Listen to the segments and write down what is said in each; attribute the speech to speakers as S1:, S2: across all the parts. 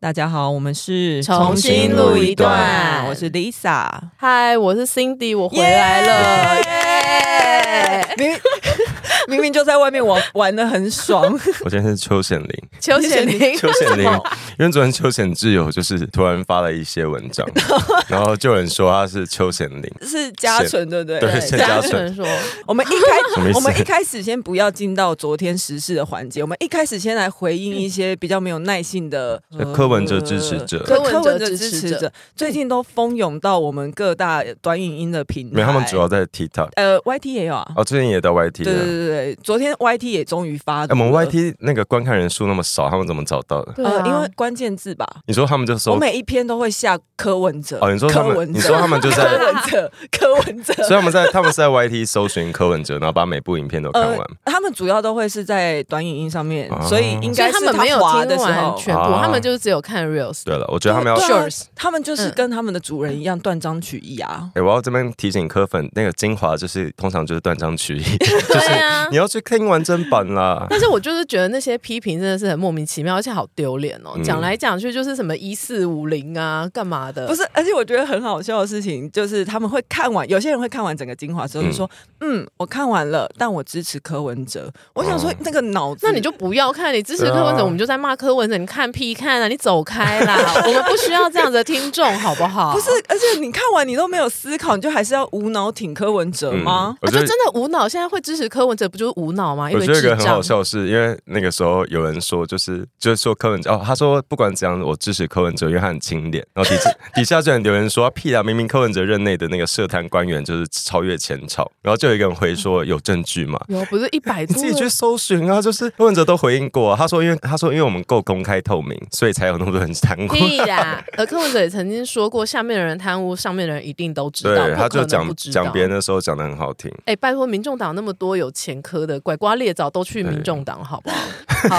S1: 大家好，我们是
S2: 重
S3: 新录一
S2: 段
S1: 我是 Lisa，
S2: 嗨，我是 Cindy，我回来了。耶！
S1: 耶！明明明就在外面玩玩的很 爽，
S3: 我今天是邱显林，
S2: 邱显林，
S3: 邱显林，因为昨天邱显挚友就是突然发了一些文章， 然后就有人说他是邱显林，
S1: 是嘉纯对不对？
S3: 对谢谢
S2: 嘉
S3: 嘉诚
S2: 诚说，
S1: 我们一
S3: 什么
S1: 开
S3: 意思
S1: 我们一开始先不要进到昨天时事的环节，我们一开始先来回应一些比较没有耐性的
S3: 呃柯文哲支持者
S1: 对
S2: 柯
S1: 柯
S2: 文哲
S1: 文哲
S2: 支
S1: 支
S2: 持
S1: 持
S2: 者
S1: 者最近都蜂拥到我们各大短影音的平台，
S3: 没有，他们主要在 TikTok，
S1: 呃 YT 也有啊。
S3: 哦，最近也到 YT
S1: 对对
S3: 了。
S1: 对对，昨天 YT 也终于发
S3: 哎
S1: 了。
S3: 我们 YT 那个观看人数那么少，他们怎么找到的？
S2: 对
S1: 呃，
S2: 啊，
S1: 因为关键字吧，
S3: 你说他们就
S1: 我
S3: 搜
S1: 每一篇都会下柯文哲。
S3: 哦，你说他
S1: 柯
S3: 们，
S1: 文
S3: 你说
S1: 哲，
S3: 他们就在
S1: 柯，文哲，柯文哲。
S3: 所以他们在他们是在 YT 搜寻柯文哲，然后把每部影片都看完。
S1: 他们主要都会是在短影音上面，
S3: 哦
S1: 所以应
S2: 所
S1: 该
S2: 以
S1: 是
S2: 他们没有
S1: 滑的
S2: 听
S1: 时
S2: 完
S1: 候。
S2: 全部，
S3: 啊
S2: 他们就只有看 reels。
S3: 对了，我觉得他们要
S1: 对
S2: 对
S1: 啊
S2: Shorts
S1: 他们就是
S2: 嗯
S1: 跟他们的主人一样断章取义啊。
S3: 哎、我要这边提醒柯粉，那个精华就是通常就是断章取义， 就是
S2: 对啊
S3: 你要去听完整版 啦。
S2: 但是我就是觉得那些批评真的是很莫名其妙，而且好丢脸哦。
S3: 嗯
S2: 讲来讲去就是什么一四五零啊，干嘛的？
S1: 不是，而且我觉得很好笑的事情就是，他们会看完，有些人会看完整个精华之后就说：“嗯我看完了，但我支持柯文哲。”我想说
S3: 哦，
S1: 那个脑子，
S2: 那你就不要看，你支持柯文
S3: 对
S2: 哲，
S3: 啊
S2: 我们就在骂柯文哲，你看屁看啊，你走开 啦，我们不需要这样子的听众，好不好？
S1: 不是，而且你看完你都没有思考，你就还是要无脑挺柯文哲吗？
S3: 嗯我
S2: 啊，
S3: 觉
S2: 就
S3: 得
S2: 真的无脑，现在会支持柯文哲不就是无脑吗？因
S3: 我
S2: 为
S3: 觉得
S2: 智
S3: 有一个
S2: 障。
S3: 很好笑的是，因为那个时候有人说，就是就是说柯文哲哦，他说不管怎样，我支持柯文哲，因为他很清廉。然后 底下底下居然有人说屁啊，明明柯文哲任内的那个涉贪官员就是超越前朝。然后就有一个人回说有证据 吗？
S2: 有不是一百
S3: 你
S2: 多
S3: 自己去搜寻啊，就是柯文哲都回应过、啊，他说因为他说因为我们够公开透明，所以才有那么多人贪污。
S2: 屁啦！呃，柯文哲也曾经说过，下面的人贪污，上面的人一定都知道，
S3: 对，
S2: 不
S3: 他就
S2: 可能
S3: 讲
S2: 不知道
S3: 讲别人。的时候讲的很好听，
S2: 哎、拜托，民众党那么多有前科的，拐瓜裂枣都去民众党，好不好？好，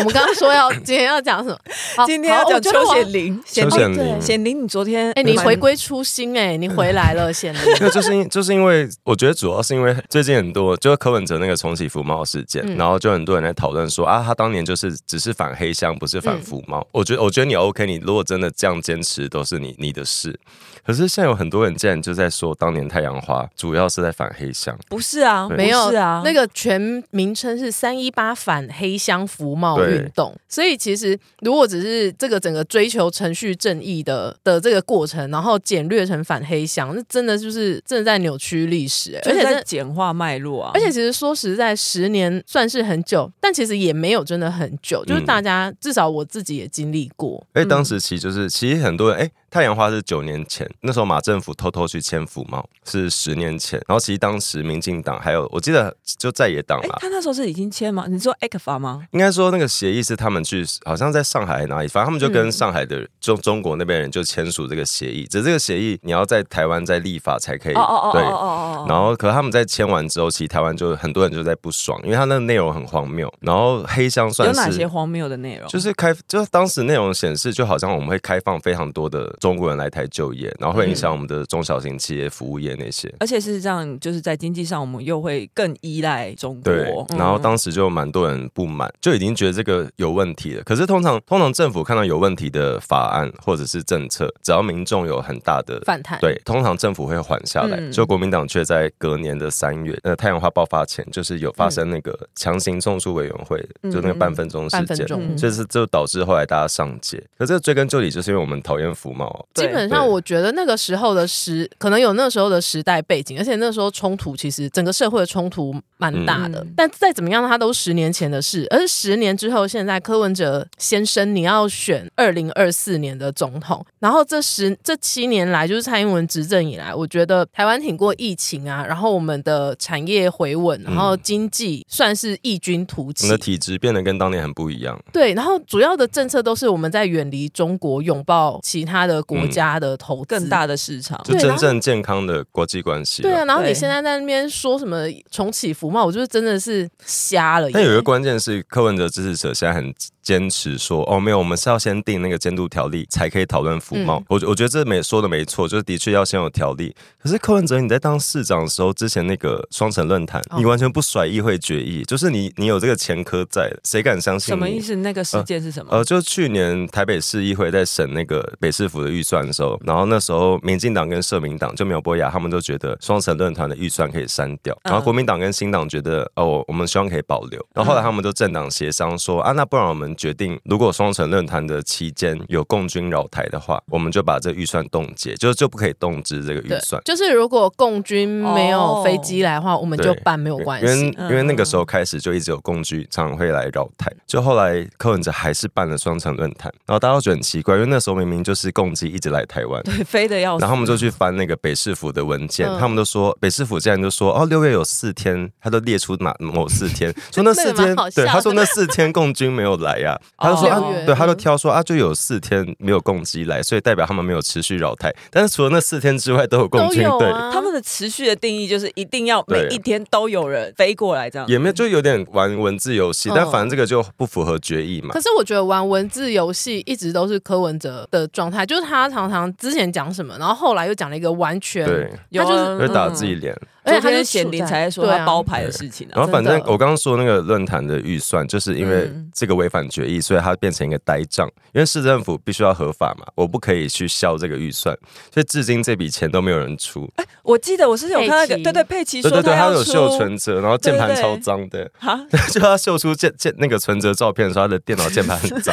S2: 我们刚刚说要今天要讲 什么？好
S1: 今天要
S2: 好我
S1: 讲
S2: 觉得
S1: 邱
S2: 我
S1: 显林，
S3: 邱
S1: 林，
S3: 显林。
S1: 显林，你昨天
S2: 哎、你
S1: 蛮
S2: 回归初心、哎，你回来了，显林。
S3: 那就是因就是因为我觉得主要是因为最近很多就是柯文哲那个重启福猫事件，
S2: 嗯
S3: 然后就很多人在讨论说啊，他当年就是只是反黑箱，不是反福猫。我觉得我觉得你 OK，你如果真的这样坚持，都是你你的事。可是现在有很多人竟然就在说，当年太阳花主要是在反黑箱。
S1: 不是啊，
S3: 对
S2: 没
S1: 不
S2: 有
S1: 是啊，
S2: 那个全名称是三一八反黑箱服贸
S3: 对
S2: 运动，所以其实如果只是这个整个追求程序正义的的这个过程，然后简略成反黑箱，那真的就是正在扭曲历史、欸
S1: 就
S2: 而
S1: 是
S2: 且
S1: 在
S2: 这。
S1: 简化脉络啊，
S2: 而且其实说实在，十年算是很久，但其实也没有真的很久，就是
S1: 嗯
S2: 大家、至少我自己也经历过。
S3: 哎，当时其实就是，其实很多人哎，太阳花是九年前，那时候马政府偷偷去签福猫是十年前，然后其实当时民进党还有我记得就在野党
S1: 哎、
S3: 啦，
S1: 他那时候是已经签吗？你说 a c f a 吗？
S3: 应该说那个协议是他们去，好像在上海哪里，反正他们就
S1: 嗯
S3: 跟上海的中、中国那边人就签署这个协议，只是这个协议你要在台湾再立法才可以，
S1: 哦哦哦哦
S3: 对。
S1: 哦哦
S3: 然后，可他们在签完之后，其实台湾就很多人就在不爽，因为他那个内容很荒谬。然后黑箱
S1: 哦，有
S3: 算
S1: 哪些
S3: 是
S1: 荒谬的内容？
S3: 就是开，就是当时内容显示，就好像我们会开放非常多的中国人来台就业，然后会影响我们的中小型企业、服务业那些。
S1: 而且事实上，就是在经济上，我们又会更依赖中国嗯
S3: 对。，然
S2: 嗯
S3: 后当时就蛮多人不满，就已经觉得这个有问题了。可是通常通常政府看到有问题的法案或者是政策，只要民众有很大的。
S2: 反弹，
S3: 对，通常政府会缓下来，
S1: 嗯
S3: 就国民党却在隔年的三月，呃，太阳花爆发前，就是有发生那个强行送诉委员会，就那个半分钟
S2: 嗯
S3: 事
S2: 半分
S3: 件，
S2: 钟
S1: 嗯。
S3: 就是就导致后来大家上街。可这追根究底，就是因为我们讨厌服贸，
S1: 对
S2: 基本上，
S3: 对
S2: 我觉得那个时候的时，可能有那时候的时代背景，而且那时候冲突其实整个社会的冲突蛮大的。
S1: 嗯
S2: 但再怎么样，它都是十年前的事。而是十年之后，现在柯文哲先生你要选二零二四年的总统，然后这十这七年来，就是蔡英文执政以来，我觉得台湾挺过疫情啊，然后我们的产业回稳，然后经济算是异军突
S3: 嗯我
S2: 起。
S3: 们的体制变得跟当年很不一样。
S2: 对，然后主要的政策都是我们在远离中国、拥抱其他的
S3: 嗯
S2: 国家的投资。
S1: 更大的市场，
S3: 就
S2: 对
S3: 真
S2: 然后
S3: 正健康的国际关系。
S2: 对啊，然后
S1: 对
S2: 你现在在那边说什么重启服贸，我就是真的是瞎了耶。
S3: 但有一个关键是，柯文哲支持者现在很坚持说，哦，没有，我们是要先定那个监督条例才可以讨论服贸。
S1: 嗯
S3: 我我觉得这没说的没错，就是的确要先有条例。可是柯文哲你在当市长的时候，之前那个双城论坛，
S2: 哦
S3: 你完全不甩议会决议，就是你你有这个前科在，谁敢相信？
S1: 什么意？思？那个事件是什么？
S3: 呃，就去年台北市议会在审那个北市府的预算的时候，然后那时候民进党跟社民党就苗博雅他们都觉得双城论坛的预算可以删掉，
S1: 嗯
S3: 然后国民党跟新党觉得哦，我们希望可以保留，然后后来他们就政党协商说啊，那不然我们决定，如果双城论坛的期间有共军扰台的话，我们就把这预算冻结，就是就不可以动支这个预
S2: 对
S3: 算，。
S2: 就是如果共军没有
S1: 哦
S2: 飞机来的话，我们就
S3: 对
S2: 办没有关
S3: 因为
S2: 系。
S1: 嗯
S3: 因为那个时候开始就一直有共居常常会来绕台，就后来柯文哲还是办了双城论坛，然后大家都觉得很奇怪，因为那时候明明就是共机一直来台湾。
S1: 对，飞的要死
S3: 然。后我们就去翻那个北市府的文件，
S2: 嗯
S3: 他们都说北市府竟然就说哦，六月有四天，他都列出哪某四天，说那四
S2: 那个
S3: 天
S2: 蛮好，笑
S3: 对，
S2: 的
S3: 他说那四天共军没有来呀、
S1: 哦
S3: 他就说、
S1: 六
S3: 啊
S1: 月，
S3: 对，他就
S2: 嗯
S3: 挑说啊，就有四天没有共机来，所以代表他们没有持续扰台，但是除了那四天之外都有共
S2: 都
S3: 军
S2: 有
S3: 对。
S2: 啊，
S1: 他们的持续的定义就是一定要每
S3: 对
S1: 一天都有人飞过来这样。
S3: 也没有，就有点玩文字游戏，
S2: 嗯
S3: 但反正这个就不符合决议嘛
S2: 可。是我觉得玩文字游戏一直都是柯文哲的状态，就是他常常之前讲什么，然后后来又讲了一个完全，
S3: 对，
S1: 有
S2: 他就是
S1: 啊
S2: 嗯
S3: 会打自己。脸。
S2: 而且
S1: 昨
S2: 他就
S1: 天
S2: 处
S1: 显灵
S2: 在
S1: 才在说
S2: 对
S1: 他
S2: 啊
S1: 包牌的事情
S3: 然
S1: 啊，
S3: 后反正
S2: 真的
S3: 我刚刚说那个论坛的预算，就是因为
S1: 嗯
S3: 这个违反决议，所以它变成一个呆账。因为市政府必须要合法嘛，我不可以去消这个预算，所以至今这笔钱都没有人出。
S1: 我记得我是有看到
S2: 佩
S1: 那
S2: 奇
S1: 个，对对，佩奇
S3: 对
S1: 说
S3: 对对，
S1: 要
S3: 有秀
S1: 出
S3: 存折，然后键盘
S1: 对对对
S3: 超脏的。
S1: 哈，
S3: 就他秀出键键那个存折照片的时候，他的电脑键盘很 脏。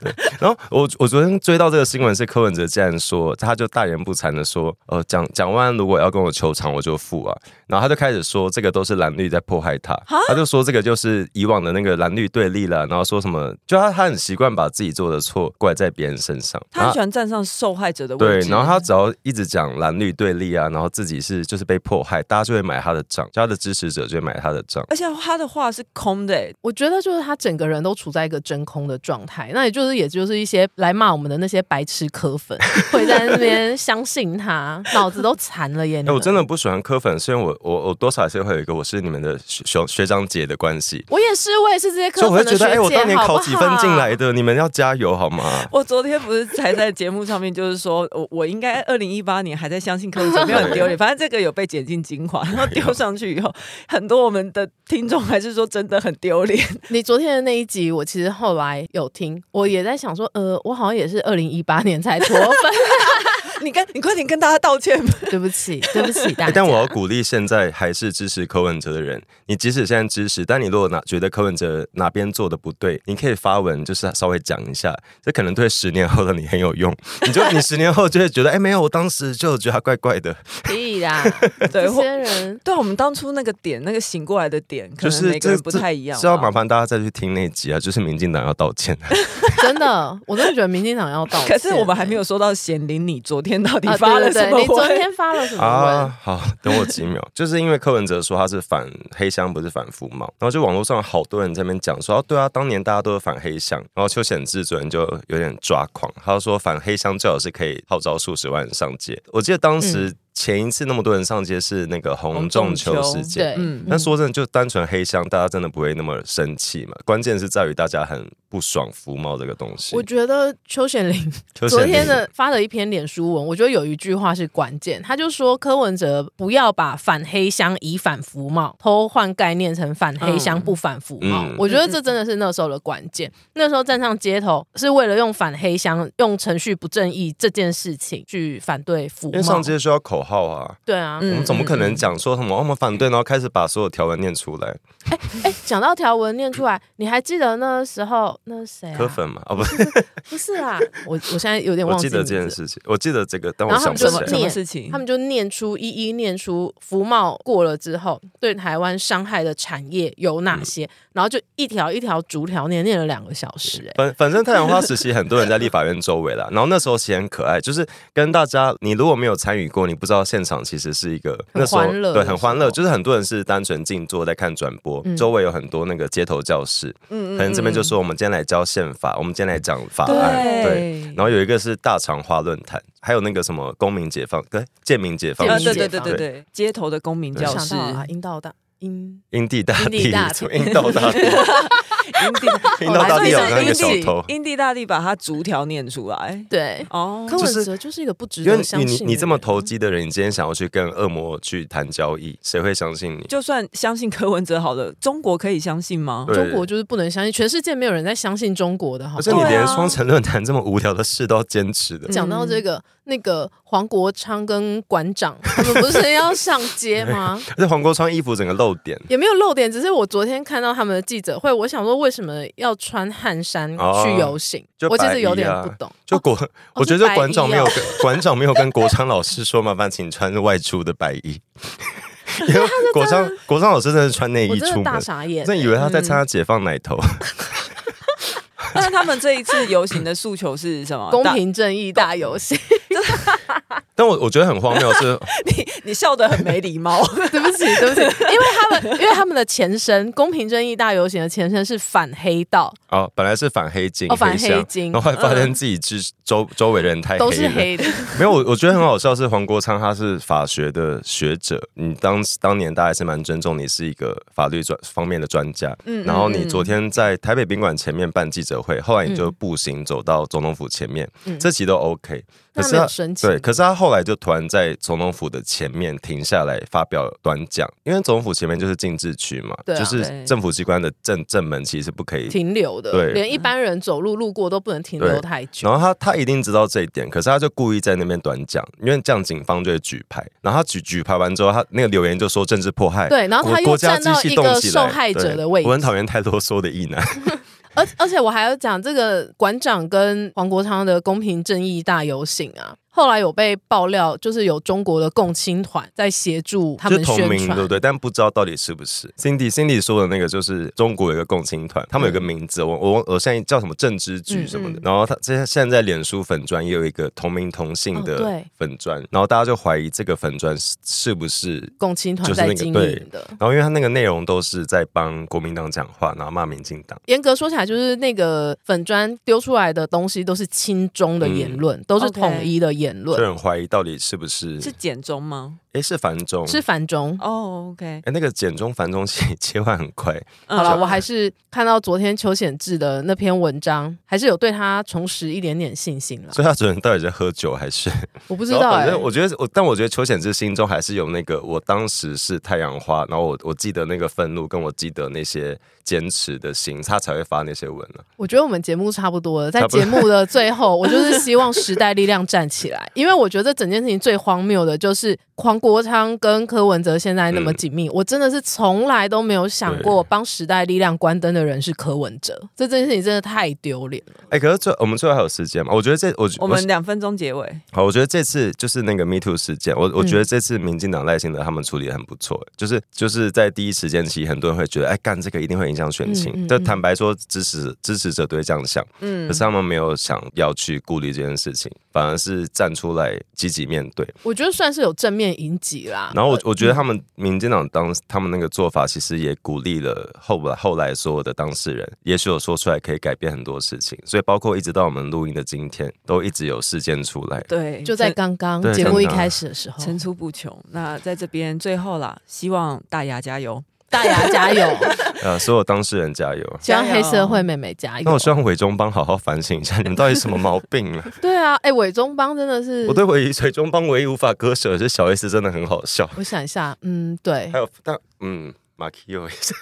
S3: 对，然后我我昨天追到这个新闻是柯文哲竟然说，他就大言不惭的说，呃，蒋蒋万安如果要跟我求偿，我就付啊。然后他就开始说，这个都是蓝绿在迫害他，他就说这个就是以往的那个蓝绿对立了，然后说什么，就他他很习惯把自己做的错怪在别人身上。
S1: 他很喜欢站上受害者的
S3: 啊对
S1: 位，置。
S3: 然后他只要一直讲蓝绿对立啊，然后自己是就是被迫害，大家就会买他的账，就他的支持者就会买他的账。
S2: 哎
S1: 而且他的话是空的、欸，
S2: 我觉得就是他整个人都处在一个真空的状态，那也就是也就是一些来骂我们的那些白痴柯粉会在那边相信他，脑子都残了耶！你
S3: 哎、
S2: 们
S3: 我真的不喜欢柯粉，虽然我我我多少还是会有一个我是你们的学学学长姐的关系，
S2: 我也是，我也是这些
S3: 所以
S2: 柯
S3: 我会
S2: 粉的
S3: 觉
S2: 学
S3: 得，哎、
S2: 姐，
S3: 我当年
S2: 好不
S3: 考
S2: 好
S3: 几分进来的，你们要加油好吗？
S1: 我昨天不是才在节目上面，就是说我我应该二零一八年还在相信柯文哲，没有 很丢脸。反正这个有被剪进精华，然后丢上去以后，很多我们的听众还是说真的很丢脸。
S2: 你昨天的那一集，我其实后来有听，我也在想说，呃，我好像也是二零一八年才脱粉，
S1: 你跟你快点跟大家道 歉吧。
S2: 对不起，对不起大
S3: 哎、
S2: 家。
S3: 但我要鼓励现在还是支持柯文哲的人，你即使现在支持，但你如果哪觉得柯文哲哪边做的不对，你可以发文，就是稍微讲一下，这可能对十年后的你很 有用。你就你十年后就会觉得，哎、没有，我当时就觉得他怪怪的，
S2: 屁 啦，
S1: 对
S2: 这
S1: 或
S2: 些人
S1: 对啊，我们当初那个点，那个醒过来的点， 可
S3: 就
S1: 能
S3: 是
S1: 每个
S3: 这
S1: 人不太一样啊吧。
S3: 是要麻烦大家再去听那集啊，就是民进党要道歉。啊
S2: 真的，我真的觉得民进党要道歉。
S1: 可是我们还没有说到显灵，你昨天到底
S2: 啊，
S1: 发了
S2: 对对
S1: 什
S2: 对
S1: 么
S2: 你昨
S1: 文？
S2: 天发了 什么文？
S3: 啊，好，等我几秒。 就是因为柯文哲说他是反黑箱，不是反服贸，然后就网络上好多人在那边讲说，哦，对啊，当年大家都是反黑箱，然后邱显志主任就有点抓狂，他就说反黑箱最好是可以号召数十万人上街。我记得当
S2: 嗯
S3: 时前一次那么多人上街是那个红中球事
S2: 对，
S3: 件，
S1: 嗯
S3: 但说真的，就单纯黑箱，大家真的不会那么生气嘛。关键是在于大家很不爽服贸这个东西
S2: 我。觉得邱显林
S3: 邱显
S2: 昨天
S3: 林
S2: 的发了一篇脸书文，我觉得有一句话是关键，他就说柯文哲不要把反黑箱以反服贸偷换概念成反黑箱
S1: 嗯
S2: 不反服贸，
S3: 嗯
S2: 我觉得这真的是那时候的关键。那时候站上街头是为了用反黑箱、用程序不正义这件事情去反对服
S3: 因为
S2: 贸
S3: 哎上。街需要口号啊，
S2: 对啊，
S1: 嗯
S3: 我们总不可能讲说什么、哦我们反对，然后开始把所有条文念出来。
S2: 哎、讲到条文念出来，你还记得那时候那是谁、啊？
S3: 柯粉嘛？啊，不是，
S2: 不是啊，我我现在有点
S3: 我
S2: 忘
S3: 记
S2: 记
S3: 得
S2: 名字
S3: 这件
S2: 了
S3: 事情，我记得这个，但
S2: 然后
S3: 我
S2: 他们
S3: 想不
S2: 就
S3: 起
S1: 什
S3: 来
S1: 么
S2: 念
S1: 什
S3: 了。
S1: 么事情
S2: 他？们就念出一一念出服贸过了之后对台湾伤害的产业有哪些，
S3: 嗯
S2: 然后就一条一条逐条念，念了两个小时、哎，
S3: 反反正太阳花时期，很多人在立法院周围啦。然后那时候其实很可爱，就是跟大家，你如果没有参与过，你不知道现场其实是一个
S2: 很
S3: 那时候
S2: 欢乐的
S3: 对很欢
S2: 时
S3: 乐，
S2: 候
S3: 就是很多人是单纯静坐在看转播，
S2: 嗯
S3: 周围有很多那个街头教室，
S1: 嗯
S3: 可能这边就说我们今天来教宪法，我们今天来讲法案，
S1: 对
S3: 对。然后有一个是大长花论坛，还有那个什么公民解放，对，建民解放
S2: 建
S1: 啊，
S2: 民
S1: 对
S3: 区
S2: 解
S1: 对对对对，街头的公民
S3: 对
S1: 教
S2: 想
S1: 室
S2: 到，了啊，阴道大阴
S3: 阴地大
S2: 阴
S3: 地
S2: 地大，地
S3: 从阴 道大地，
S1: 英 帝
S3: 阴道大地有
S2: 哦
S3: 那
S2: 所以是
S3: 个小
S2: 阴地
S3: 偷。
S1: 英帝大帝把他逐条念出来
S2: 对。
S1: 哦，
S2: 柯
S3: 就是
S2: 文哲就是一个不值
S3: 嗯因为
S2: 得相
S3: 你
S2: 信
S3: 你
S2: 的
S3: 你这么
S2: 人
S3: 投机的人，你今天想要去跟恶魔去谈交易，谁会相信你？
S1: 就算相信柯文哲好了，中国可以相信吗？
S3: 对
S2: 中国就是不能相信，全世界没有人在相信中国的，好
S3: 可
S2: 不
S3: 是
S2: 好
S3: 你
S1: 对啊
S3: 连双城论坛这么无聊的事都要坚持的，
S2: 讲到这个，那个黄国昌跟馆长他们不是要上街吗？
S3: 而且黄国昌衣服整个露点，
S2: 也没有漏点，只是我昨天看到他们的记者会，我想说为什么要穿汗衫
S3: 哦
S2: 去游行？
S3: 就
S2: 我其
S3: 白
S2: 实有
S3: 衣
S2: 点
S3: 啊
S2: 不懂。
S3: 就国，我觉
S2: 是
S3: 得
S2: 白
S3: 这馆长
S2: 衣
S3: 没有
S2: 哦
S3: 跟、馆长没有跟国昌老师说，麻烦请穿外出的白 衣，因为国昌国昌老师真的是穿内
S2: 我
S3: 衣
S2: 真
S3: 出
S2: 的
S3: 门
S2: 大，傻眼、欸嗯
S3: 真以为他在参加解放奶头，
S1: 但他们这一次游行的诉求是什么？
S2: 公
S1: 大，
S2: 平正义大游行，
S3: 但我我觉得很荒谬是，
S1: 你你笑得很没礼 貌。
S2: 对不起，对不起，因为他们因为他们的前身公平正义大游行的前身是反黑道，
S3: 哦，本来是反黑金，
S2: 哦反
S3: 黑箱
S2: 黑金
S3: 然后后来发现自己之周周围的人太
S2: 都是
S3: 了，
S2: 黑 的，
S3: 没有，我我觉得很好笑是黄国昌，他是法学的学者，你当当年大家还是蛮尊重你是一个法律专方面的专家，
S1: 嗯
S3: 然后你
S1: 嗯
S3: 昨天在台北宾馆前面办记者会，后来你就步行走到总统府前面，
S2: 嗯
S3: 这期都 OK，可
S2: 那
S3: 是
S2: 没有
S3: 他。
S2: 申请
S3: 对，。可是他后来就突然在总统府的前面停下来发表短讲，因为总统府前面就是禁制区嘛，
S2: 对啊
S3: 就是
S1: 对
S3: 政府机关的正正门其实是不可以
S2: 停留的，
S3: 对
S2: 连一般人走路路过都不能停留太久。
S3: 然后他他一定知道这一点，可是他就故意在那边短讲，因为这样警方就会举牌。然后他举举牌完之后，他那个留言就说政治迫害，
S2: 对，然后
S3: 国
S2: 他又
S3: 国
S2: 站
S3: 家机
S2: 到
S3: 器
S2: 一
S3: 动
S2: 个
S3: 起来
S2: 受害者
S3: 对
S2: 的位
S3: 我很
S2: 置，
S3: 讨厌太啰嗦的意男，
S2: 而而且我还要讲这个馆长跟黄国昌的公平正义大游行啊，后来有被爆料，就是有中国的共青团在协助他
S3: 就
S2: 们
S3: 同
S2: 宣
S3: 名
S2: 传，嗯
S3: 对不对？但不知道到底是不是。Cindy Cindy 说的那个就是中国有一个共青团，他们有
S2: 嗯
S3: 个名字，我我我现在叫什么政治局什么的。
S1: 嗯
S3: 然后他现在现在脸书粉专也有一个同名同姓
S2: 哦
S3: 的
S2: 对
S3: 粉专，然后大家就怀疑这个粉专是是不是
S2: 共青团
S3: 就是
S2: 在
S3: 那个
S2: 经
S3: 对
S2: 营的。
S3: 然后因为他那个内容都是在帮国民党讲话，然后骂民进党。
S2: 严格说起来，就是那个粉砖丢出来的东西都是亲中的
S3: 嗯
S2: 言论，都是
S1: OK
S2: 统一的言论
S3: 就很怀疑到底是不是
S1: 是简中吗？
S3: 诶是繁中
S2: 是反中。
S1: 哦，OK、
S3: 诶那个简中繁中 切切换很快，
S1: o k
S2: 好了，我还是看到昨天邱显志的那篇文章，还是有对他重拾一点点信心了。
S3: 所以他昨天到底在喝酒还是？
S2: 我啊不
S3: 不
S2: 知道哎、
S3: 反正我觉得我，但我觉得邱显志心中还是有那个，我当时是太阳花，然后我我记得那个愤怒，跟我记得那些坚持的心，他才会发那些文啊呢、
S2: 我觉得我们节目差不多了，在
S3: 差不多
S2: 节目的最后， 我就是希望时代力量站起来，因为我觉得整件事情最荒谬的就是黄国昌跟柯文哲现在那
S3: 嗯
S2: 么紧密，我真的是从来都没有想过帮时代力量关灯的人是柯文哲，这件事情真的太丢脸了。
S3: 诶，可是最我们最后还有时间吗？我觉得这我
S1: 我们两分钟结尾，
S3: 好，我觉得这次就是那个 Me Too 事件，我我觉得
S2: 嗯
S3: 这次民进党赖清德他们处理的很不错，就是就是在第一时间，其实很多人会觉得，哎，干这个一定会影响选
S2: 嗯嗯
S3: 情。但
S2: 嗯
S3: 坦白说，支持支持者都会这样想，
S1: 嗯
S3: 可是，他们没有想要去顾虑这件事情，反而是站出来积极面对。
S2: 我觉得算是有正面迎击啦。
S3: 然后我我觉得他
S2: 们
S3: 们民进党当他们那个做法，其实也鼓励了后来后来所有的当事人，也许有说出来可以改变很多事情。所以包括一直到我们录音的今天，都一直有事件出 来。
S1: 对，
S2: 嗯就在刚刚
S3: 对
S2: 节目一
S3: 刚刚
S2: 开始的时候，
S1: 层出不穷。那在这边最后啦，希望大牙加油。
S2: 大牙加 油，
S3: 呃，所有当事人加油！
S2: 希望
S1: 加油
S2: 黑社会妹妹加
S3: 那我
S2: 油。
S3: 希望伪中帮好好反省一下，你们到底什么毛病了、
S2: 对啊，哎、伪中帮真的是
S3: 我，对伪伪中帮唯一无法割舍的是小 S 真的很好笑，
S2: 我想一下，嗯，对
S3: 还。有但嗯，马 Q 也是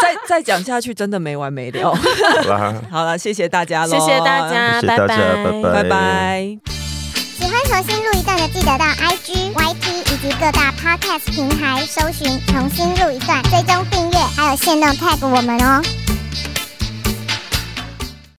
S1: 再再讲下去，真的没完没了。
S3: 啦，
S1: 好了，谢谢大家喽，
S2: 谢谢大，家，
S3: 谢谢大家，拜
S1: 拜拜。
S4: 喜欢重新录一段的，记得到 IG、YT 以及各大 Podcast 平台搜寻“重新录一段”，追踪订阅，还有限定 tag 我们哦。